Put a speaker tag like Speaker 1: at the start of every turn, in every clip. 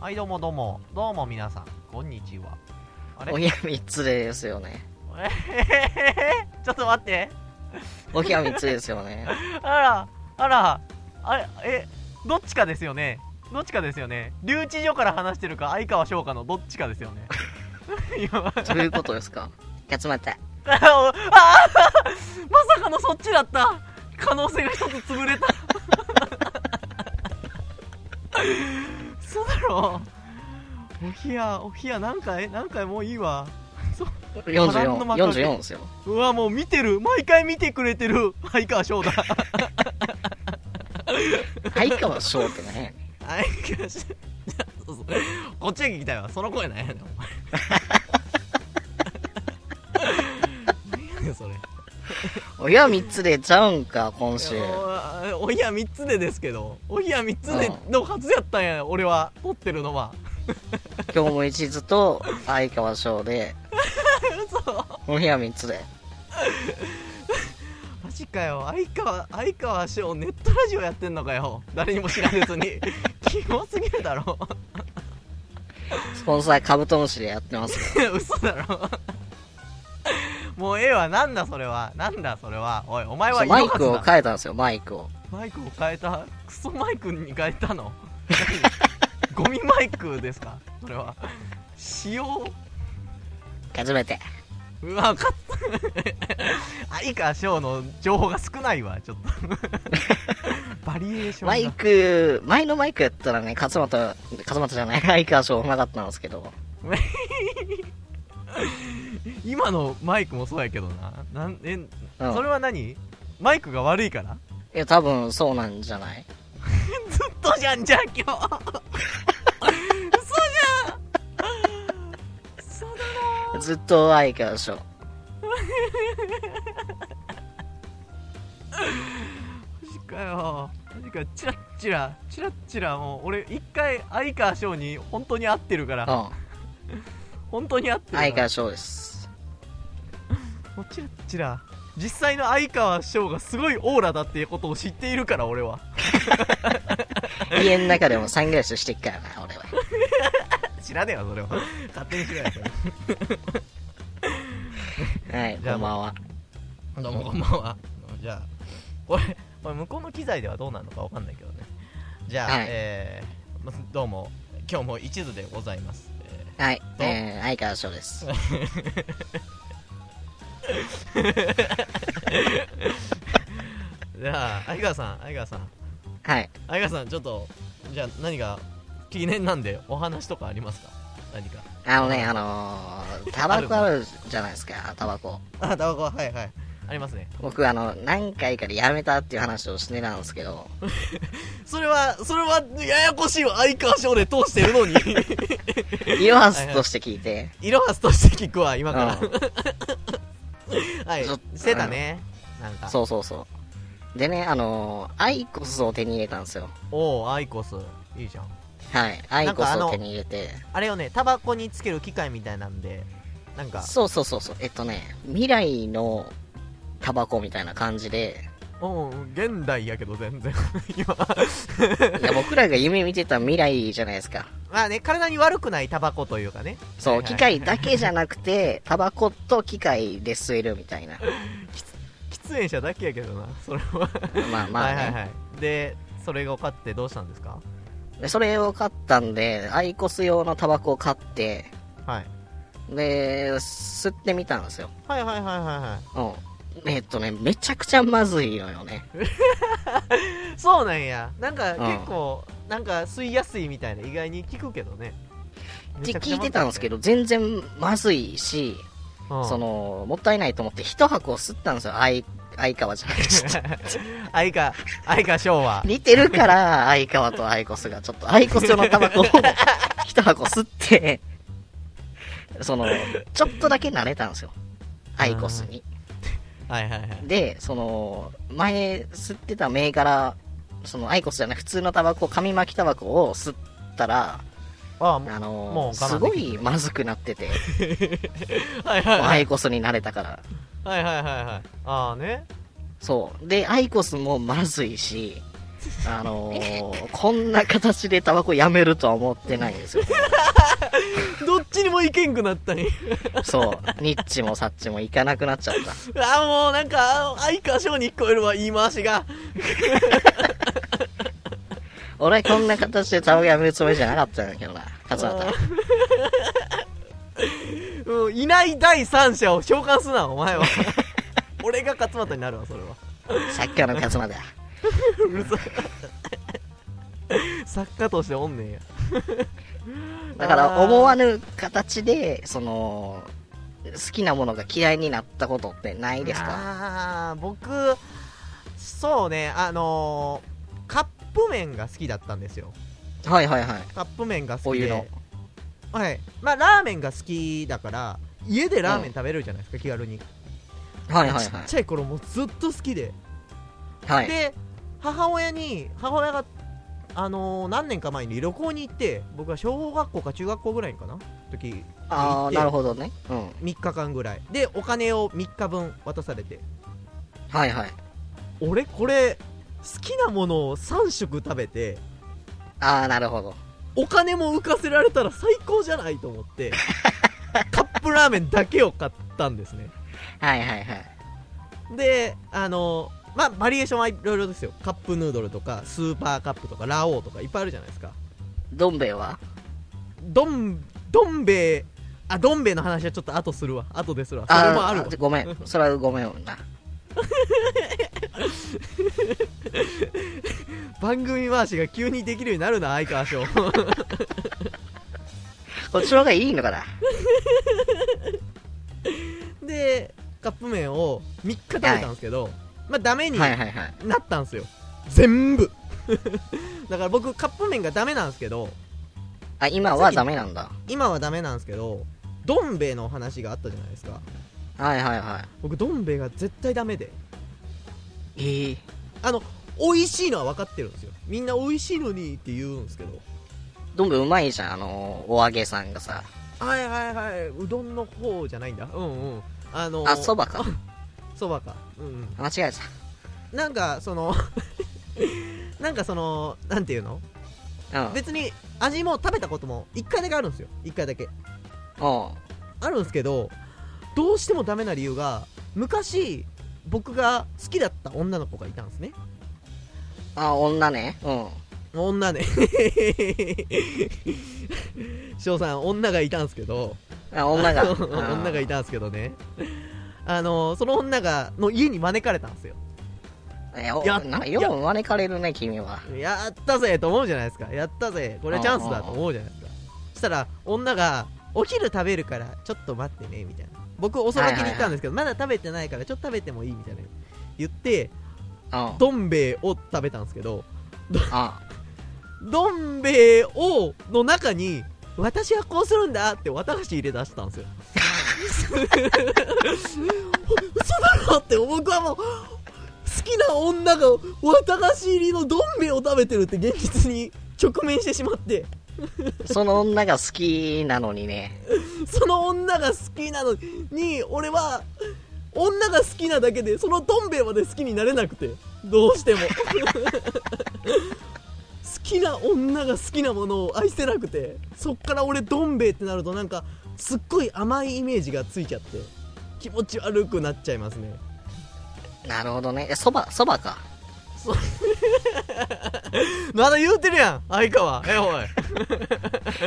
Speaker 1: はいどうもどうもどうも皆さんこんにちはあれ
Speaker 2: おやみつれですよね。
Speaker 1: えーちょっと待って
Speaker 2: おやみつれですよね。
Speaker 1: あらあらあれえどっちかですよねどっちかですよね留置所から話してるか相川翔かのどっちかですよね 今
Speaker 2: どういうことですかいや、つまった。
Speaker 1: あああまさかのそっちだった可能性が一つ潰れた そうだろうおひやおひや何回何回もういいわ
Speaker 2: 44、
Speaker 1: 波乱の幕開け
Speaker 2: 44ですよ。
Speaker 1: うわもう見てる毎回見てくれてる相川翔だ
Speaker 2: 相川翔ってね。
Speaker 1: 相川翔そうそうこっちが聞きたいわその声なんやねんお前何やねんそれ
Speaker 2: おやみつれちゃうんか、今週。
Speaker 1: いやおおひや3つでですけどおひや3つでのはずやったんや俺は撮ってるのは
Speaker 2: 今日も一途と相川翔で、
Speaker 1: 嘘
Speaker 2: おやみつれ。
Speaker 1: マジかよ相川相川翔ネットラジオやってんのかよ誰にも知られずに キモすぎるだろ
Speaker 2: スポンサーカブトムシでやってます か
Speaker 1: 嘘だろもうええわなんだそれはなんだそれはおいお前
Speaker 2: ら。
Speaker 1: は
Speaker 2: そうマイクを
Speaker 1: 色はずだ
Speaker 2: 変えたんですよ、マイクを。
Speaker 1: マイクを変えたクソマイクに変えたの何 ゴミマイクですかそれは使用
Speaker 2: 初めて。
Speaker 1: うわ、勝った。 相川翔の情報が少ないわ、ちょっと。 バリエーションが。
Speaker 2: マイク、前のマイクやったらね、勝俣、勝俣じゃない、相川翔うまかったんですけど、
Speaker 1: 今のマイクもそうやけどな。なんえ、
Speaker 2: うん
Speaker 1: それは何マイクが悪いから
Speaker 2: いや、多分そうなんじゃない
Speaker 1: ずっとじゃんじゃん、今日。嘘じゃん嘘だ
Speaker 2: ずっと相川翔。
Speaker 1: マジかよ。マジか、チラッチラ、チラッチラ、もう、俺、一回、相川翔に本当に合ってるか
Speaker 2: う
Speaker 1: ら、
Speaker 2: ん。
Speaker 1: 本当に合ってるから
Speaker 2: 相川翔です。
Speaker 1: もちろんちら実際の相川翔がすごいオーラだっていうことを知っているから俺は
Speaker 2: 家の中でもサングラスしてっからな、俺は。
Speaker 1: 知らねえわそれは勝手にしないそれ
Speaker 2: はい、
Speaker 1: じゃあ
Speaker 2: こんばんは。
Speaker 1: どうもこんばんはじゃあこれこれ向こうの機材ではどうなるのかわかんないけどねじゃあ、
Speaker 2: はい
Speaker 1: えーまずどうも今日も一途でございます、え
Speaker 2: はい、
Speaker 1: どう
Speaker 2: えー、相川翔です。
Speaker 1: ーじゃあ相川さん相川さん
Speaker 2: はい。
Speaker 1: 相川さんちょっとじゃあ何か記念なんでお話とかありますか何か
Speaker 2: あのね、あのー、タバコあるじゃないですか、タバコ。
Speaker 1: あタバコははいはいありますね
Speaker 2: 僕、あの、何回かでやめたっていう話をしてたんです けど、
Speaker 1: それはそれはややこしいわ相川翔で通してる のに
Speaker 2: イロハスとして聞いて、
Speaker 1: いろはすとして聞くわ今から、
Speaker 2: う
Speaker 1: はい
Speaker 2: ちょっ
Speaker 1: してたねなんか
Speaker 2: そうそうそう。でね、あのー、アイコスを手に入れたんですよ。
Speaker 1: おおアイコスいいじゃん
Speaker 2: はい、アイコ
Speaker 1: なんかあ
Speaker 2: ス
Speaker 1: の
Speaker 2: を手に入れて、
Speaker 1: あれよねタバコにつける機械みたいなんでなんか
Speaker 2: そうそうそうそう、えっとね、未来のタバコみたいな感じで、
Speaker 1: おうん現代やけど全然 今
Speaker 2: いや僕らが夢見てた未来じゃないですか。
Speaker 1: まあね体に悪くないタバコというかね
Speaker 2: そ
Speaker 1: は
Speaker 2: う、
Speaker 1: いはい
Speaker 2: 機械だけじゃなくて、タバコと機械で吸えるみたいな。
Speaker 1: 喫煙者だけやけどなそれは
Speaker 2: まあま あね。
Speaker 1: はいはいはいでそれを買ってどうしたんですか
Speaker 2: でそれを買ったんで、アイコス用のタバコを買って、
Speaker 1: はい
Speaker 2: で、吸ってみたんですよ。
Speaker 1: はいはいはいはいはい
Speaker 2: うん。えっとね、めちゃくちゃまずいのよね。
Speaker 1: そうなんやなんか
Speaker 2: うん
Speaker 1: 結構、なんか吸いやすいみたいな意外に聞くけどね
Speaker 2: って聞いてたんですけ
Speaker 1: ど、
Speaker 2: ど、全然まずいし、
Speaker 1: うん
Speaker 2: その、もったいないと思って一箱を吸ったんですよ。相、相川じゃなくて。ちょっと
Speaker 1: 相川相川翔は
Speaker 2: 似てるから、相川とアイコスが。ちょっと、アイコス用のタ バコを一箱吸って、その、ちょっとだけ慣れたんですよ。アイコスに。
Speaker 1: はいはいはい
Speaker 2: で、その、前吸ってた銘柄、そのアイコスじゃない普通のタバコ、紙巻きタバコを吸ったら、
Speaker 1: ああもうも
Speaker 2: あの
Speaker 1: う我慢できない
Speaker 2: すごいまずくなってて、
Speaker 1: はいはいは
Speaker 2: ア
Speaker 1: い
Speaker 2: イコスに慣れたから。
Speaker 1: はいはいはいはいああね
Speaker 2: そう。で、アイコスもまずいし、あの ー、こんな形でタバコやめるとは思ってないんですよ。
Speaker 1: どっちにも行けんくなったり
Speaker 2: そう。ニッチもサッチも行かなくなっちゃった。
Speaker 1: あーもうなんか相川翔に聞こえるわ言い回しが
Speaker 2: 俺こんな形でタバコやめるつもりじゃなかったんだけどな。勝俣。
Speaker 1: うんいない第三者を召喚すなお 前は俺が勝俣になるわそれは
Speaker 2: サッカーの勝俣。
Speaker 1: うるさい作家としておんねんや
Speaker 2: だから思わぬ形で、その、好きなものが嫌いになったことってないですか
Speaker 1: あー僕そうねあのーカップ麺が好きだったんですよ
Speaker 2: はいはいはい。
Speaker 1: カップ麺が好
Speaker 2: お
Speaker 1: き
Speaker 2: 湯
Speaker 1: で
Speaker 2: の。
Speaker 1: はいまあラーメンが好きだから家でラーメン食べるじゃないですか、気軽に、
Speaker 2: はいはい
Speaker 1: ち
Speaker 2: は
Speaker 1: っちゃい頃もうずっと好きで、
Speaker 2: い。はい。
Speaker 1: で母親に母親があのー何年か前に旅行に行って僕は小学校か中学校ぐらいかな時
Speaker 2: あ
Speaker 1: 行っ
Speaker 2: あ、
Speaker 1: て
Speaker 2: なるほどね。うん。
Speaker 1: 3日間ぐらいでお金を3日分渡されて
Speaker 2: はいはい。
Speaker 1: 俺これ好きなものを3食食べて
Speaker 2: ああ、なるほど。
Speaker 1: お金も浮かせられたら最高じゃないと思って カップラーメンだけを買ったんですね
Speaker 2: はいはいはい。
Speaker 1: であのまあバリエーションはいろいろですよカップヌードルとかスーパーカップとかラオウとかいっぱいあるじゃないですか
Speaker 2: どん兵衛は
Speaker 1: どんどん兵衛あどん兵衛の話はちょっと後するわ後でするわそれもあるわ
Speaker 2: ーごめん。それはごめんな。
Speaker 1: 番組回しが急にできるようになるな相川翔
Speaker 2: こっちの方がいいのかな
Speaker 1: でカップ麺を3日食べたんですけど、まあダメに
Speaker 2: は
Speaker 1: ない
Speaker 2: はいはい。
Speaker 1: ったんですよ、全部 だから僕カップ麺がダメなんですけど
Speaker 2: あ、今はダメなんだ。
Speaker 1: 今はダメなんですけどどん兵衛のお話があったじゃないですか
Speaker 2: はいはいは
Speaker 1: 僕どん兵衛が絶対ダメで
Speaker 2: い。ええ
Speaker 1: あの美味しいのは分かってるんですよみんな美味しいのにって言うんですけど
Speaker 2: どん兵衛うまいじゃん。あのー、お揚げさんがさ。
Speaker 1: はいはいはいうどんの方じゃないんだうんうんあの
Speaker 2: あ、そ ばか。
Speaker 1: そばかうんうん
Speaker 2: 間違え
Speaker 1: なんかその なんかそのなんていうの
Speaker 2: た。うん。
Speaker 1: 別に味も食べたことも1回だけあるんですよ1回だけ
Speaker 2: おう
Speaker 1: あるんですけどどうしてもダメな理由が昔僕が好きだった女の子がいたんですね
Speaker 2: あ、女ね。うん。
Speaker 1: 女 ね翔さん女がいたんですけど
Speaker 2: あ、女が。
Speaker 1: 女がい
Speaker 2: た。
Speaker 1: たんですけどねあのその女がの家に招かれたんですよ
Speaker 2: え、お
Speaker 1: いや
Speaker 2: なよう招かれるね、君は。
Speaker 1: やったぜと思うじゃないですかやったぜこれはチャンスだと思うじゃないですかそしたら女がお昼食べるからちょっと待ってねみたいな僕遅まきに行ったんですけど、まだ食べてないからちょっと食べてもいいみたいな言って
Speaker 2: うん。
Speaker 1: どん兵衛を食べたんですけど
Speaker 2: あ、
Speaker 1: どん兵衛をの中に私はこうするんだって綿菓子入れ出したんですよ嘘だろって僕はもう好きな女が綿菓子入りのどん兵衛を食べてるって現実に直面してしまって
Speaker 2: その女が好きなのにね。
Speaker 1: その女が好きなのに俺は女が好きなだけでそのどん兵衛まで好きになれなくてどうしても好きな女が好きなものを愛せなくてそっから俺どん兵衛ってなるとなんかすっごい甘いイメージがついちゃって気持ち悪くなっちゃいますね
Speaker 2: なるほどね。え、そば、そばか。
Speaker 1: まだ言うてるやん相川えお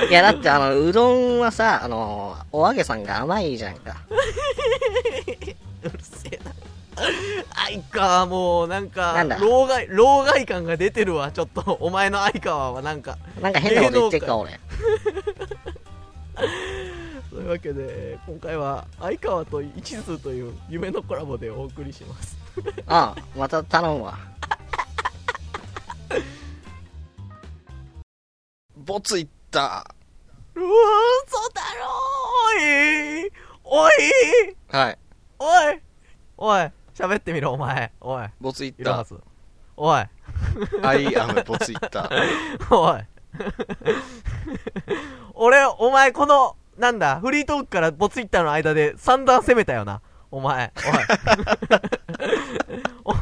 Speaker 1: い
Speaker 2: いや、だってあの、うどんはさ、あのー、お揚げさんが甘いじゃんか。
Speaker 1: うるせえな相川もうなんか
Speaker 2: なんだ
Speaker 1: 老害老害感が出てるわちょっとお前の相川はなんか
Speaker 2: なんか変なこと言ってっか、俺。
Speaker 1: というわけで今回は相川と一途という夢のコラボでお送りします
Speaker 2: ああ、また頼むわ。ボツいった。
Speaker 1: うわ嘘だろおいおい
Speaker 3: はい。
Speaker 1: おいおい喋ってみろお前おい
Speaker 3: ボツイ
Speaker 1: い
Speaker 3: ッ
Speaker 1: るは
Speaker 3: タ
Speaker 1: ずおい
Speaker 3: ー。アイアムボツイッター。
Speaker 1: おい俺お前このなんだフリートークからボツイッターの間で散々攻め たよなお前おい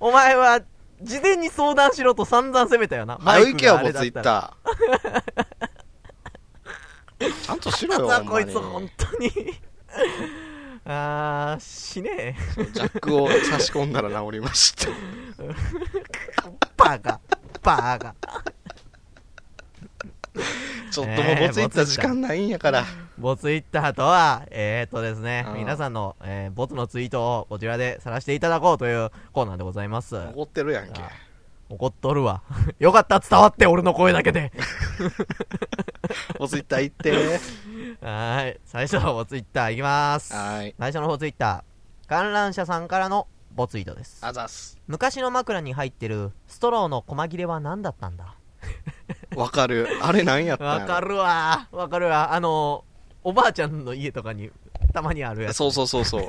Speaker 1: おお前は事前に相談しろと散々責めたよな。
Speaker 3: あ、ウケは
Speaker 1: マイ
Speaker 3: も
Speaker 1: クがあ
Speaker 3: ツ
Speaker 1: れ
Speaker 3: イ
Speaker 1: だ
Speaker 3: ッ
Speaker 1: ったら。
Speaker 3: ター。ちゃんとしろ
Speaker 1: あ
Speaker 3: よ、
Speaker 1: とは
Speaker 3: ほん
Speaker 1: こ
Speaker 3: ま
Speaker 1: い
Speaker 3: に
Speaker 1: つ。本当に あー死ね
Speaker 3: ジャックを差し込んだら治りま した。
Speaker 1: えバカバカ
Speaker 3: ちょっともうボツイッター時間ないんやから。
Speaker 1: ボツイッターとはえー、っとですね
Speaker 3: うん
Speaker 1: 皆さんの、えーボツのツイートをこちらで晒していただこうというコーナーでございます
Speaker 3: 怒ってるやんけ。
Speaker 1: 怒っとるわ よかった伝わって俺の声だけ で
Speaker 3: ボツイッター行 って。
Speaker 1: はーい最初のボツイッターいきます
Speaker 3: はーい
Speaker 1: 最初のボツイッター観覧車さんからのボツイートです
Speaker 3: あざっす。
Speaker 1: 昔の枕に入ってるストローの細切れは何だったんだ
Speaker 3: わかる。あれなんやったんや
Speaker 1: わ
Speaker 3: ろ
Speaker 1: かるわわかるわあのおばあちゃんの家とかにたまにあるやつ
Speaker 3: そうそうそうそう。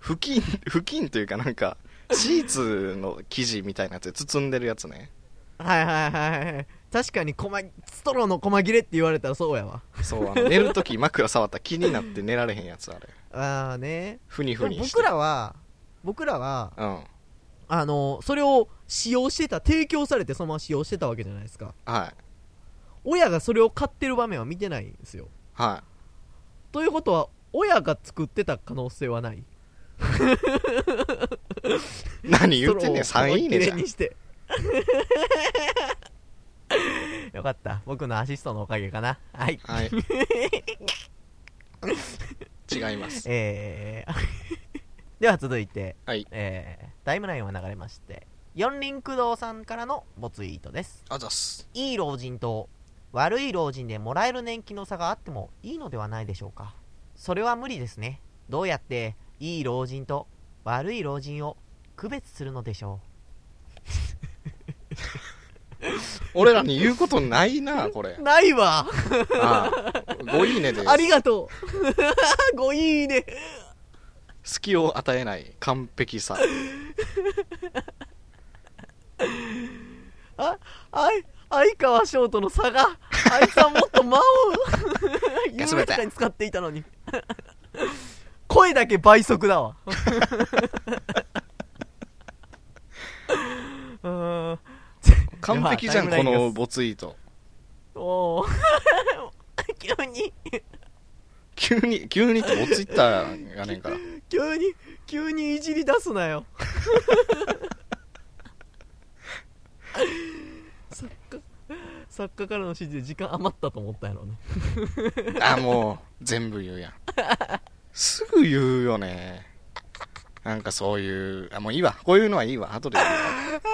Speaker 3: 布巾、布巾というかなんか、シーツの生地みたいなやつで包んでるやつね。
Speaker 1: はいはいはいはい確かにこまストローの細切れって言われたらそうやわ
Speaker 3: そう、あの寝るとき枕触ったら気になって寝られへんやつあれ。
Speaker 1: ああね
Speaker 3: ふに
Speaker 1: で
Speaker 3: ふ
Speaker 1: も
Speaker 3: にして。
Speaker 1: 僕らは僕らは
Speaker 3: うん。
Speaker 1: あのそれを使用してた提供されてそのまま使用してたわけじゃないですか
Speaker 3: はい。
Speaker 1: 親がそれを買ってる場面は見てないんですよ
Speaker 3: は
Speaker 1: ということは親が作ってた可能性はない
Speaker 3: い。何 言ってんねん、
Speaker 1: ストローを
Speaker 3: 3いいねじ
Speaker 1: 思いっき
Speaker 3: ゃ
Speaker 1: り
Speaker 3: ん
Speaker 1: に。して よかった僕のアシストのおかげかなはい
Speaker 3: はい。違います。
Speaker 1: えー、 では続いて、
Speaker 3: はい。
Speaker 1: えー、タイムラインは流れまして四輪駆動さんからのボツイートです
Speaker 3: あざっす。
Speaker 1: いい老人と悪い老人でもらえる年金の差があってもいいのではないでしょうかそれは無理ですねどうやっていい老人と悪い老人を区別するのでしょ
Speaker 3: 俺らに言うことないな、これ
Speaker 1: う。ないわ
Speaker 3: ああ。ごいいねです。
Speaker 1: がとう ごいいね
Speaker 3: 隙を与えない完璧さ。
Speaker 1: あ、あい、相川翔との差が、あいつはもっと間を、 有
Speaker 3: 休め
Speaker 1: 名
Speaker 3: た
Speaker 1: とかに使っていたのに。 声だけ倍速だ わ。うーん
Speaker 3: 完璧じゃん、
Speaker 1: ではタ
Speaker 3: こ
Speaker 1: イムラインが
Speaker 3: のボツイート。
Speaker 1: おー 急に、
Speaker 3: 急に、急にってボツイッターやねんから。
Speaker 1: 急に、急にいじり出すな よ。作家、作家からの指示で時間余ったと思ったんやろうね。
Speaker 3: あ、もう、全部言うやん。すぐ言うよね。なんかそういう、あ、もういいわ。こういうのはいいわ。後で言うわ。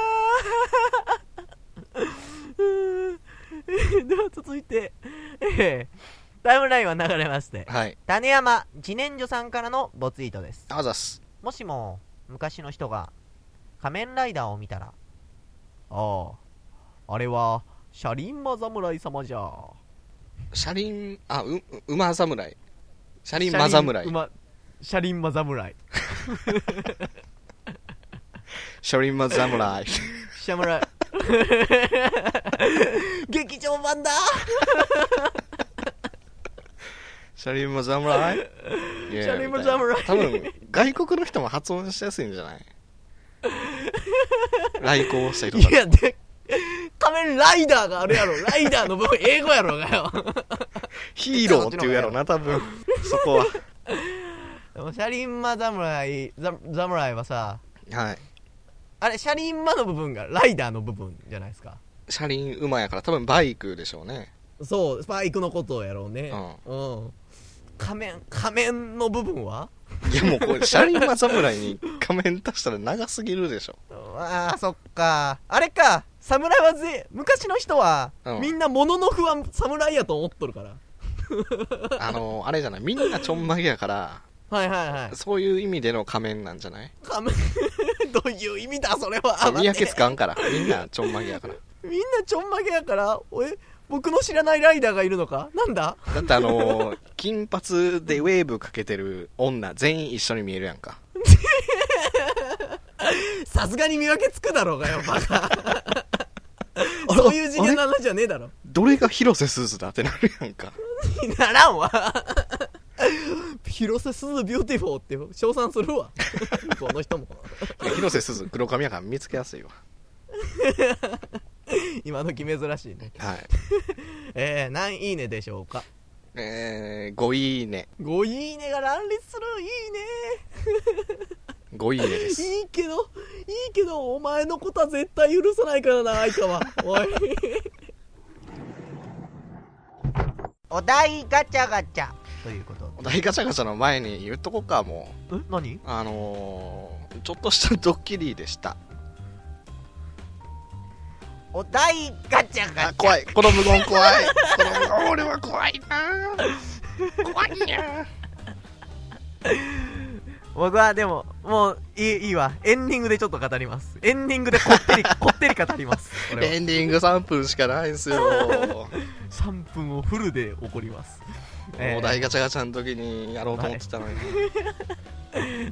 Speaker 1: では続いて、えータイムラインは流れまして
Speaker 3: はい。
Speaker 1: 種山自然女さんからのボツイートです
Speaker 3: あざっす。
Speaker 1: もしも昔の人が仮面ライダーを見たらあああれは車輪魔侍様じゃ
Speaker 3: 車輪、あ、う、う馬侍。車輪馬侍。
Speaker 1: 車輪魔侍
Speaker 3: 車輪馬 侍。
Speaker 1: 車村劇場版だ
Speaker 3: 車輪馬 侍いや
Speaker 1: 車輪馬侍
Speaker 3: みたいな多分、外国の人も発音しやすいんじゃない 来航した人
Speaker 1: い
Speaker 3: だ
Speaker 1: やで仮面ライダーがあるやろライダーの部分英語やろがよ
Speaker 3: ヒーローって言うやろな、多 分。そこは。
Speaker 1: でも車輪魔侍ザ侍はさ
Speaker 3: はい。
Speaker 1: あれ車輪魔の部分がライダーの部分じゃないですか
Speaker 3: 車輪馬やから、多分バイクでしょうね。
Speaker 1: そうスパイクのことをやろうねうん、仮面仮面の部分はい
Speaker 3: やもうこれ、 車輪馬侍に仮面足したら長すぎるでしょ。
Speaker 1: あーそっかあれか侍はぜ昔の人は、
Speaker 3: うん
Speaker 1: みんなもののふは侍やと思っとるから
Speaker 3: あの、あれじゃない、みんなちょんまげやから、
Speaker 1: はいはいはい
Speaker 3: そういう意味での仮面なんじゃない
Speaker 1: 仮面 どういう意味だそれは
Speaker 3: そう見分け
Speaker 1: 待って
Speaker 3: つかんから、みんなちょんまげやから。
Speaker 1: みんなちょんまげやからえ僕の知らないライダーがいるのかなんだ
Speaker 3: だって あのー、金髪でウェーブかけてる女、全員一緒に見えるやんか。
Speaker 1: さすがに見分けつくだろうがよバカそういう次元の話じゃねえだろ
Speaker 3: どれが広瀬すずだってなるやんか。
Speaker 1: ならんわ広瀬すずビューティフォーって称賛するわこの人も
Speaker 3: いや広瀬すず、黒髪やから見つけやすいわ。
Speaker 1: 今時珍しいね。
Speaker 3: はい。
Speaker 1: えー、何いいねでしょうか
Speaker 3: えー、5いいね。
Speaker 1: ごいいねが乱立するいいね
Speaker 3: 5いいねです。
Speaker 1: いいけどいいけどお前のことは絶対許さないからな相川おいお題ガチャガチャ ということ
Speaker 3: お題ガチャガチャの前に言っとこうか、もう。
Speaker 1: え何
Speaker 3: あのー、ちょっとしたドッキリでした。
Speaker 1: お題ガチャ
Speaker 3: あ、怖い。この無言 怖い。この無言俺は怖いなぁ怖いに ゃ
Speaker 1: 僕はでももういいいいわエンディングでちょっと語りますエンディングでこってり こってり語りますこれ
Speaker 3: エ
Speaker 1: は
Speaker 3: ンディング3分しかないんすよ。
Speaker 1: 3分をフルで起こり ますえー
Speaker 3: お題ガチャガチャの時にやろうと思ってたのに。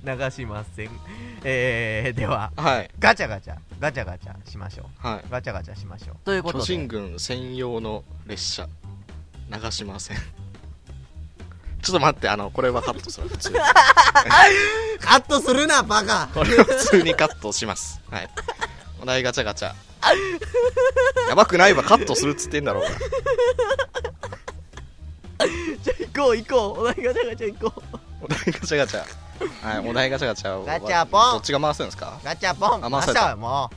Speaker 1: 流しませんえー、では
Speaker 3: はい。
Speaker 1: ガチャガチャガチャガチャしましょ
Speaker 3: はい。
Speaker 1: うガチャガチャしましょうということ
Speaker 3: 巨
Speaker 1: で
Speaker 3: 人軍専用の列車流しません ちょっと待ってあのこれはカッ トする普通に
Speaker 1: カットするなバ カ
Speaker 3: これは普通にカットしますはいお題ガチャガチャやばくないわカットするっつってんだろうが
Speaker 1: じゃあ行こう行こうお題ガチャガチャ行こう
Speaker 3: お題ガチャガチャはいお題ガチャガチャを
Speaker 1: ガチャポン
Speaker 3: どっちが回すんですか
Speaker 1: ガチャポン
Speaker 3: あ回
Speaker 1: 回
Speaker 3: せ
Speaker 1: したたわも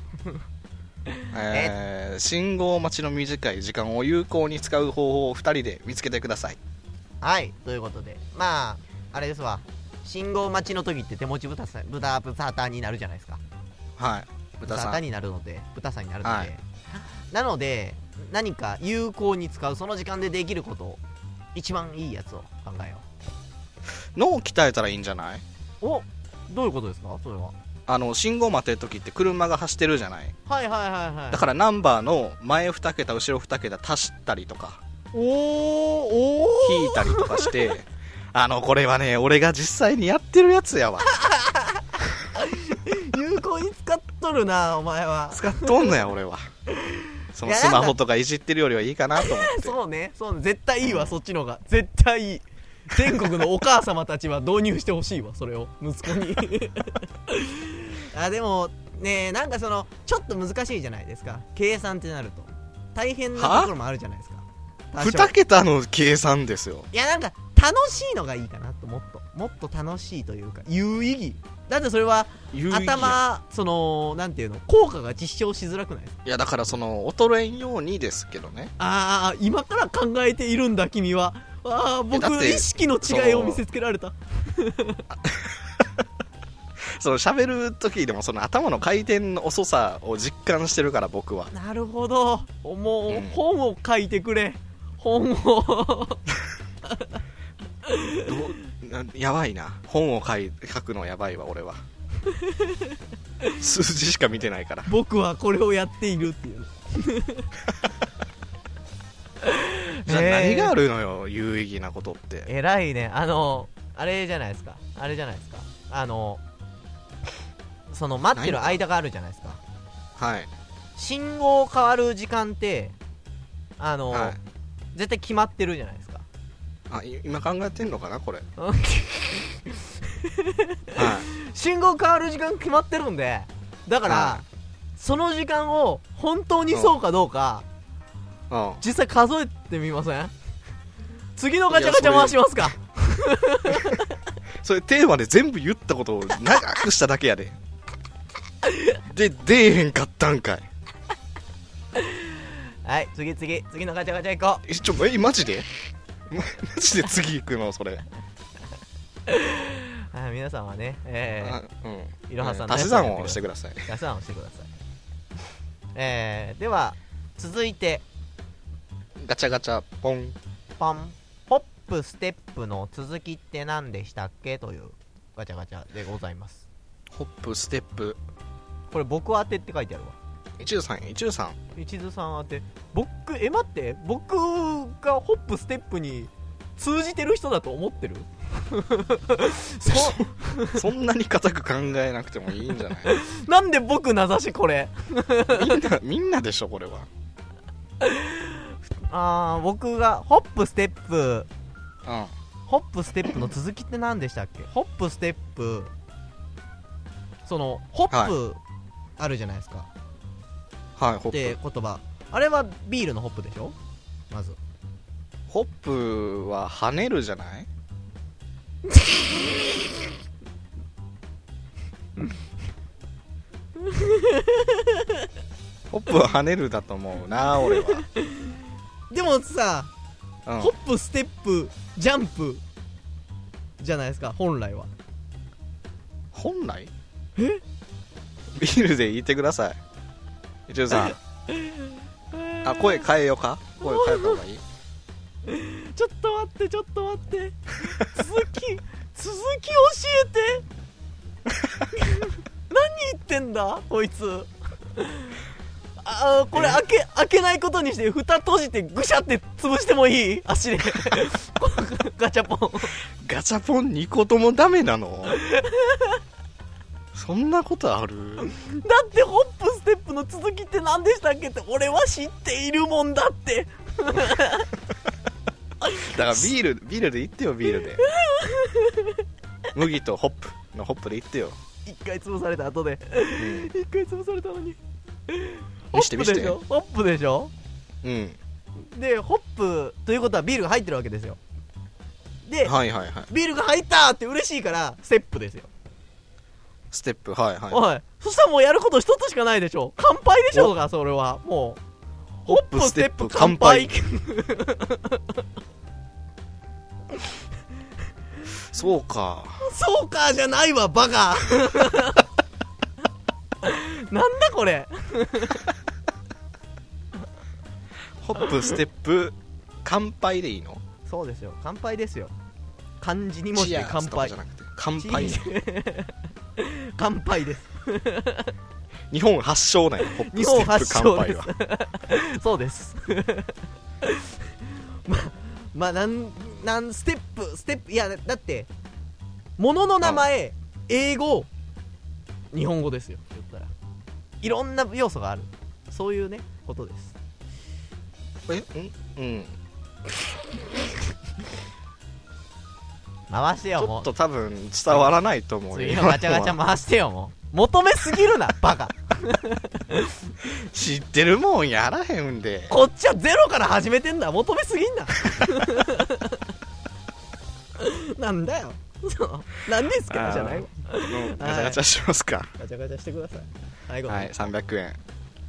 Speaker 3: えー信号待ちの短い時間を有効に使う方法を2人で見つけてくださいう
Speaker 1: はいということでまああれですわ信号待ちの時って手持ち豚さん豚豚タになるじゃないですか
Speaker 3: はい豚さ
Speaker 1: タ
Speaker 3: ん
Speaker 1: になるので豚さんになるので、
Speaker 3: はい
Speaker 1: なので何か有効に使うその時間でできることを一番いいやつを考えよ
Speaker 3: 脳鍛えたらいいんじゃないう
Speaker 1: おどういうことですかそれは
Speaker 3: あの信号待ってる時って車が走ってるじゃない
Speaker 1: はいはいはいはい
Speaker 3: だからナンバーの前2桁後ろ2桁足したりとか
Speaker 1: おーおー
Speaker 3: 引いたりとかして あのこれはね俺が実際にやってるやつやわ
Speaker 1: 有効に使っとるなお前は
Speaker 3: 使っとんのや俺はそのスマホとかいじってるよりはいいかなと思って
Speaker 1: そうねそうね絶対いいわそっちの方が絶対いい全国のお母様たちは導入してほしいわそれを息子 にあでもねなんかそのちょっと難しいじゃないですか計算ってなると大変なところもあるじゃないですか多少
Speaker 3: 2桁の計算ですよ
Speaker 1: いやなんか楽しいのがいいかなともっともっと楽しいというか有意義だってそれは
Speaker 3: 有意義や
Speaker 1: 頭そのなんていうの効果が実証しづらくないですか
Speaker 3: いやだからその衰えんようにですけどね
Speaker 1: ああ今から考えているんだ君はああ僕
Speaker 3: だっ
Speaker 1: の
Speaker 3: て
Speaker 1: 意識の違いを見せつけられた
Speaker 3: その喋る時でもその頭の回転の遅さを実感してるから僕は
Speaker 1: なるほどもう、
Speaker 3: うん
Speaker 1: 本を書いてくれ本を
Speaker 3: どうなやばいな本を書い書くのやばいわ 俺は数字しか見てないから
Speaker 1: 僕はこれをやっているっ ていう
Speaker 3: じゃあ何があ
Speaker 1: る
Speaker 3: るのよ、有意義なことって。
Speaker 1: えらいねあのあれじゃないですかあれじゃないですかあのその待ってる間があるじゃないですか
Speaker 3: はい。
Speaker 1: 信号変わる時間ってあの、
Speaker 3: はい、
Speaker 1: 絶対決まってるじゃないですか
Speaker 3: あい今考えてんのかな、これ。
Speaker 1: うん
Speaker 3: は
Speaker 1: 信号変わる時間決まってるんでだから、
Speaker 3: は
Speaker 1: その時間を本当にそうかどうか、
Speaker 3: い。
Speaker 1: 実際数えてみません次のガチャガチャ回しますか
Speaker 3: うん。それテーマで全部言ったことを長くしただけ やで。で、出えへんかったんかい。
Speaker 1: はい次次次のガチャガチャ行こ
Speaker 3: え、ちょ、え、マジでまマジで次行くの、それ。
Speaker 1: うはい皆さんはねえ
Speaker 3: あ
Speaker 1: ー
Speaker 3: うん。
Speaker 1: いろはさんのや
Speaker 3: 足
Speaker 1: つ
Speaker 3: し算をしてください。
Speaker 1: ガチャをしてくださいえー、では続いて
Speaker 3: ガチャガチャ、ポン。
Speaker 1: パンポップステップの続きって何でしたっけというガチャガチャでございます
Speaker 3: ホップ、ステップ。
Speaker 1: これ僕当てって書いてあるわ
Speaker 3: 一中さん、一中さん。
Speaker 1: 一途さん宛て僕え待って僕がホップステップに通じてる人だと思ってる そ
Speaker 3: そんなに固く考えなくてもいいんじゃない
Speaker 1: なんで僕名指しこれ
Speaker 3: みんな、 みんなでしょ、これは。
Speaker 1: あー僕がホップステップ
Speaker 3: うん。
Speaker 1: ホップステップの続きって何でしたっけホップステップそのホップあるじゃないですか、
Speaker 3: はい、ホ
Speaker 1: っ
Speaker 3: ッ
Speaker 1: て
Speaker 3: プ。
Speaker 1: 言葉あれはビールのホップでしょまず
Speaker 3: ホップは跳ねるじゃないホップは跳ねるだと思うな、俺は。
Speaker 1: でもさ、
Speaker 3: うん
Speaker 1: ホップステップジャンプじゃないですか本来は
Speaker 3: 本来ビールで言ってください一応さんあ声変えようか声変えた方がいい
Speaker 1: ちょっと待ってちょっと待って続 き続き教えて何言ってんだこいつああこれ開け開けないことにして蓋閉じてぐしゃって潰してもいい足で このガチャポン
Speaker 3: ガチャポン2個ともダメな のそんなことある
Speaker 1: だってホップステップの続きって何でしたっけって俺は知っているもんだって
Speaker 3: だからビールビールで言ってよビール で麦とホップのホップで言ってよ
Speaker 1: 一回潰された後で
Speaker 3: うん
Speaker 1: 一回潰されたのにホ
Speaker 3: 見して
Speaker 1: ップ
Speaker 3: 見して
Speaker 1: でしょホップでしょ
Speaker 3: うん
Speaker 1: でホップということはビールが入ってるわけですよで、
Speaker 3: はいはいはい
Speaker 1: ビールが入ったって嬉しいからステップですよ、
Speaker 3: ステップはいはい
Speaker 1: おいそしたらもうやること一つしかないでしょ乾杯でしょうがそれはもうホップステップ乾杯
Speaker 3: そうか
Speaker 1: そうかじゃないわバカ なんだこれ
Speaker 3: ホップステップ乾杯でいいの
Speaker 1: そうですよ乾杯ですよ漢字にもして乾
Speaker 3: チアーズとか
Speaker 1: 杯
Speaker 3: じゃなくて乾杯
Speaker 1: チ 乾杯です
Speaker 3: 日本発祥なんやホップ
Speaker 1: 日
Speaker 3: ス
Speaker 1: 本
Speaker 3: テッ
Speaker 1: 発
Speaker 3: プ乾
Speaker 1: 祥
Speaker 3: 杯
Speaker 1: です
Speaker 3: は
Speaker 1: そうですままあなんなんステップステップいやだだってものの名前英語日本語ですよ言ったらいろんな要素があるそういうねことです
Speaker 3: えうんうん
Speaker 1: 回して
Speaker 3: ち
Speaker 1: よ
Speaker 3: ょ
Speaker 1: も
Speaker 3: っ
Speaker 1: う
Speaker 3: と多分伝わらないと思うよ
Speaker 1: 次のガチャガ チャ回してよもう求めすぎるなバカ
Speaker 3: 知ってるもんやらへんで
Speaker 1: こっちはゼロから始めてんだ求めすぎん ななんだよそうなんですかじゃないわ
Speaker 3: あーうんガチャガチャしますか
Speaker 1: ガチャガチャしてくださいはいごめん
Speaker 3: はい300円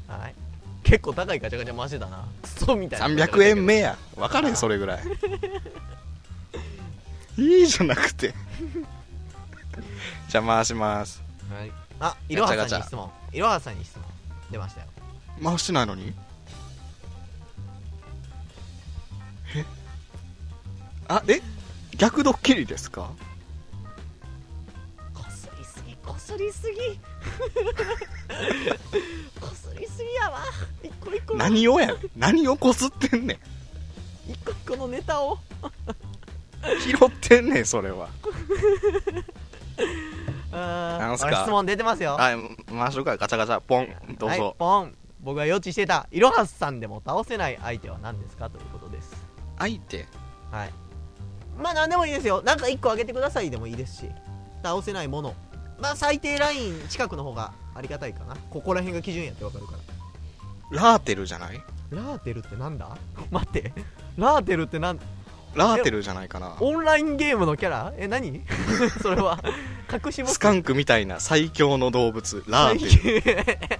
Speaker 1: はい結構高いガチャガチャ回してたなクソみたいな
Speaker 3: 300円
Speaker 1: 目
Speaker 3: 目や分かれんそれぐらいいいじゃなくて じゃあ回します
Speaker 1: はいあいろは
Speaker 3: ガチ
Speaker 1: さ
Speaker 3: ャ
Speaker 1: んに
Speaker 3: ガチャ
Speaker 1: 質問いろはさんに質問出ましたよ
Speaker 3: 回してないのにえあえ逆ドッキリですか
Speaker 1: こすりすぎこすり すぎこすりすぎやわ一個一個の
Speaker 3: 何をや何をこすってんねん
Speaker 1: 一個一個のネタを
Speaker 3: 拾ってんねんそれは
Speaker 1: あー
Speaker 3: なんすか
Speaker 1: あれ質問出てますよ
Speaker 3: はい回しょうかガチャガチャポンどう
Speaker 1: はい
Speaker 3: ぞ、
Speaker 1: ポン僕が予知してたいろはさんでも倒せない相手は何ですかということです
Speaker 3: 相手
Speaker 1: はいまあ何でもいいですよなんか1個あげてくださいでもいいですし倒せないものまあ最低ライン近くの方がありがたいかなここら辺が基準やってわかるから
Speaker 3: ラーテルじゃない
Speaker 1: ラーテルってなんだ 待ってラーテルってなん
Speaker 3: ラーテルじゃないかな
Speaker 1: オンラインゲームのキャラえ何 それは隠し持
Speaker 3: ス カンクみたいな最強の動物ラーテ
Speaker 1: 最
Speaker 3: ル
Speaker 1: 近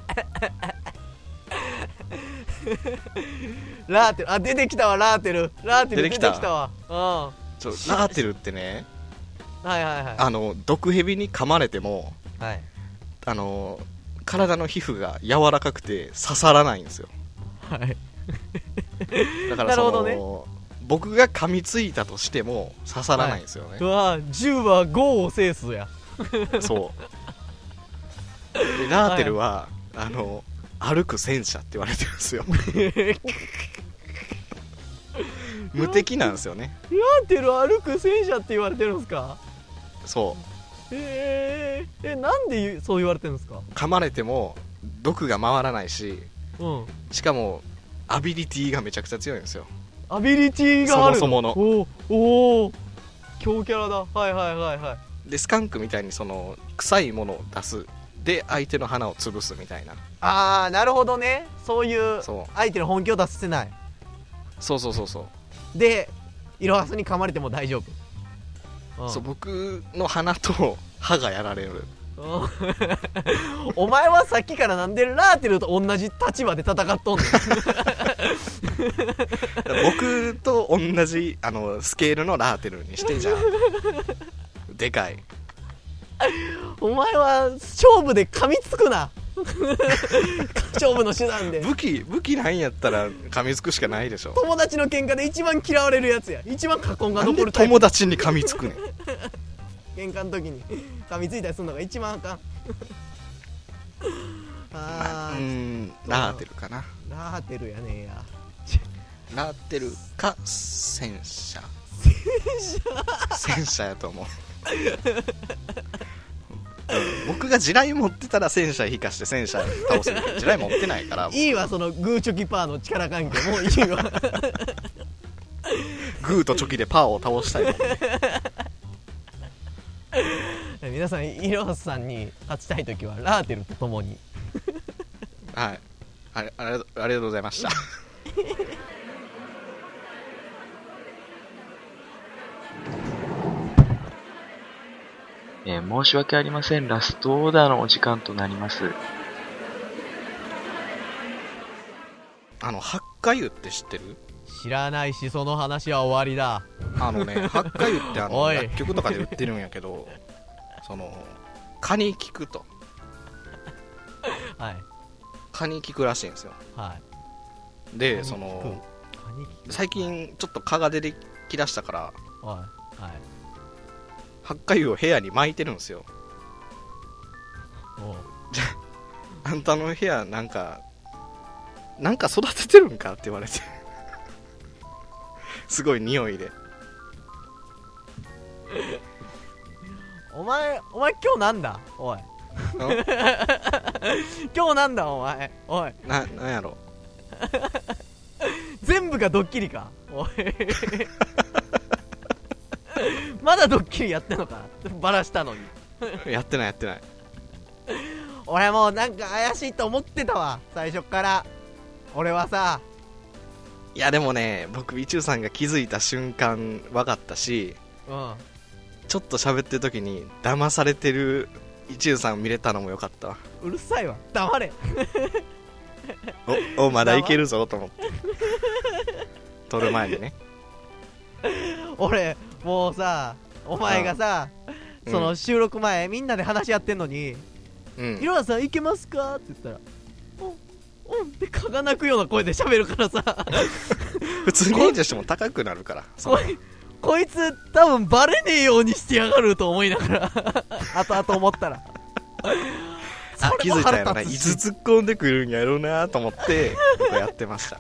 Speaker 1: ラーテルあ出てきたわラーテルラーテル
Speaker 3: 出
Speaker 1: 出
Speaker 3: て
Speaker 1: て
Speaker 3: き
Speaker 1: き
Speaker 3: た
Speaker 1: たわう
Speaker 3: ちょラーテルってね
Speaker 1: んはいはいは
Speaker 3: あの毒蛇に噛まれても
Speaker 1: いはい
Speaker 3: あの体の皮膚が柔らかくて刺さらないんですよ
Speaker 1: はい
Speaker 3: だからその
Speaker 1: なる
Speaker 3: 僕が噛みついたとしても刺さらないんですよね、
Speaker 1: うわ10は5を制すや
Speaker 3: そうでラーテルは、あの歩く戦車って言われてる んですよ無敵なんですよね
Speaker 1: ラーテル歩く戦車って言われてるんですか
Speaker 3: そ
Speaker 1: えー、えなんで言うそう言われてるんですか
Speaker 3: う噛まれても毒が回らないし
Speaker 1: うん
Speaker 3: しかもアビリティがめちゃくちゃ強いんですよ
Speaker 1: アビリティがある
Speaker 3: そもそもの
Speaker 1: おーおー強キャラだはいはいはいはい
Speaker 3: でスカンクみたいにその臭いものを出すで相手の花を潰すみたいな
Speaker 1: ああなるほどねそういう
Speaker 3: そう
Speaker 1: 相手の本気を出させない
Speaker 3: そうそうそうそう,、
Speaker 1: でイロハスに噛まれても大丈夫、うん
Speaker 3: そう僕の花と 歯がやられる
Speaker 1: うん お前はさっきからなんでラーテルと同じ立場で戦っとんねん
Speaker 3: だから僕と同じあのスケールのラーテルにし てじゃんでかい
Speaker 1: お前は勝負で噛みつくな勝負の手段で
Speaker 3: 武器武器ないんやったら噛みつくしかないでしょ
Speaker 1: 友達の喧嘩で一番嫌われるやつや一番過根が
Speaker 3: なん
Speaker 1: 残
Speaker 3: で
Speaker 1: るタイプ
Speaker 3: 友達に噛みつくねん
Speaker 1: 喧嘩の時に噛みついたりするのが一番あかん
Speaker 3: まあ
Speaker 1: あ
Speaker 3: う
Speaker 1: ー、
Speaker 3: んラーテルかな
Speaker 1: ラーテルやねえや
Speaker 3: ラーテルか戦車戦車戦車やと思ううん僕が地雷持ってたら戦車引かして戦車倒せるけど地雷持ってないから
Speaker 1: いいわそのグーチョキパーの力関係もういいわ
Speaker 3: グーとチョキでパーを倒したいもんね
Speaker 1: 皆さんイロハスさんに勝ちたい時はラーテルと共に
Speaker 3: はいあれあれありがとうございました
Speaker 4: えー申し訳ありません。ラストオーダーのお時間となります。
Speaker 3: あの八花湯って知ってる
Speaker 1: 知らないしその話は終わりだ
Speaker 3: あのね八花湯ってあの
Speaker 1: おい
Speaker 3: 薬局とかで売ってるんやけどその蚊に効くと
Speaker 1: はい
Speaker 3: 蚊に効くらしいんですよ
Speaker 1: はい
Speaker 3: でその最近ちょっと蚊が出てきだしたから
Speaker 1: はいはい
Speaker 3: 八花湯を部屋に巻いてるんですよ
Speaker 1: おう
Speaker 3: あんたの部屋なんかなんか育ててるんかって言われて すごい匂いで
Speaker 1: お前お前今日なんだおい今日なんだお前おい
Speaker 3: ななんやろ
Speaker 1: 全部がドッキリかおい まだドッキリやってんのかバラしたのに
Speaker 3: やってないやってない
Speaker 1: 俺もうなんか怪しいと思ってたわ最初っから俺はさ
Speaker 3: いやでもね僕一中さんが気づいた瞬間分かったし
Speaker 1: うん
Speaker 3: ちょっと喋ってる時に騙されてる一遊さんを見れたのもよかったわ
Speaker 1: うるさいわ黙れ
Speaker 3: おおまだいけるぞと思って撮る前にね
Speaker 1: 俺もうさお前がさ
Speaker 3: うん
Speaker 1: その収録前みんなで話し合ってんのに「
Speaker 3: うん
Speaker 1: ひろさんいけますか?」って言ったら「うんうん」ってかが泣くような声で喋るからさ
Speaker 3: 普通に演者しても高くなるからそ
Speaker 1: こ
Speaker 3: の
Speaker 1: いこいつ多分バレねえようにしてやがると思いなが ら後々思 ったら
Speaker 3: あ
Speaker 1: そ
Speaker 3: 気
Speaker 1: れも
Speaker 3: づいた
Speaker 1: 腹
Speaker 3: よな、い
Speaker 1: 立つ
Speaker 3: つ
Speaker 1: し
Speaker 3: 突っ込んでくるんやろうなと思って僕はやってました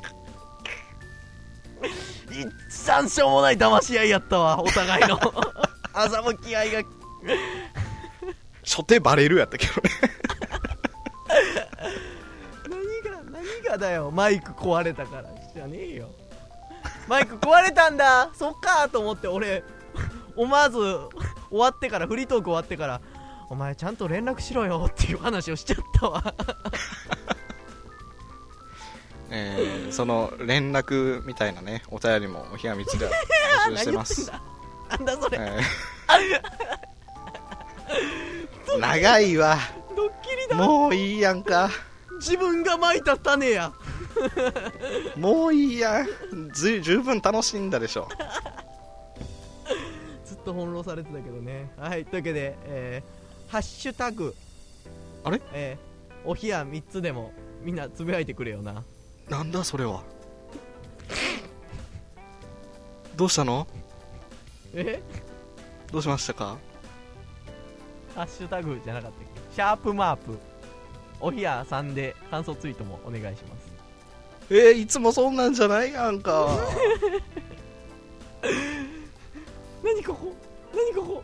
Speaker 1: 一番しょうもない騙し合いやったわお互い の朝向き合いが
Speaker 3: 初手バレるやったけどね
Speaker 1: 何が何がだよマイク壊れたからじゃねえよマイク壊れたんだそっかと思って俺思わず終わってからフリートーク終わってからお前ちゃんと連絡しろよっていう話をしちゃったわ
Speaker 3: えーその連絡みたいなねお便りもおひやみつでは募集してま す
Speaker 1: 何言ってんだなんだそれ、
Speaker 3: えー長いわ
Speaker 1: ドッキリだ
Speaker 3: もういいやんか
Speaker 1: 自分がまいた種や
Speaker 3: もういいやんず十分楽しんだでしょ
Speaker 1: ずっと翻弄されてたけどねはいというわけで、えーハッシュタグ
Speaker 3: あれ
Speaker 1: えーお冷や3つでもみんなつぶやいてくれよな
Speaker 3: なんだそれはどうしたの
Speaker 1: え
Speaker 3: どうしましたか
Speaker 1: ハッシュタグじゃなかったっけシャープマープお冷やさんで感想ツイートもお願いします
Speaker 3: えー、いつもそんなんじゃないやんか
Speaker 1: 何ここ何ここ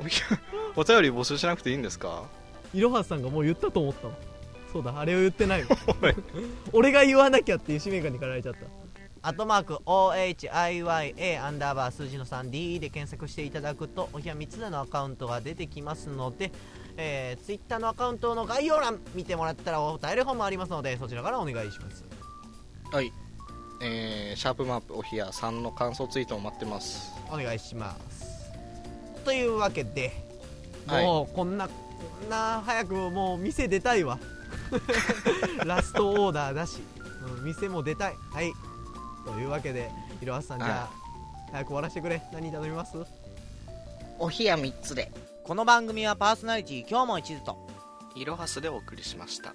Speaker 3: おいや お便り募集しなくていいんですか
Speaker 1: いろはさんがもう言ったと思ったもんそうだあれを言ってないわ
Speaker 3: おい
Speaker 1: 俺が言わなきゃっていう使命感に駆られちゃったアットマーク OHIYA アンダーバー数字の 3D で検索していただくとおひやみつなのアカウントが出てきますので、えー、Twitter のアカウントの概要欄見てもらったらお便り本もありますのでそちらからお願いします
Speaker 3: はい。えー、シャープマップおひやさんの感想ツイートを待ってます。
Speaker 1: お願いしますというわけで
Speaker 3: はい
Speaker 1: もうこんな、こんな早くもう店出たいわ ラストオーダーだし、うん、店も出たいはいというわけでいろはさんじゃあ、
Speaker 3: は
Speaker 1: 早く終わらせてくれ何頼みます
Speaker 2: お冷や3つで。
Speaker 5: この番組はパーソナリティ今日も一途と
Speaker 3: いろはすでお送りしました。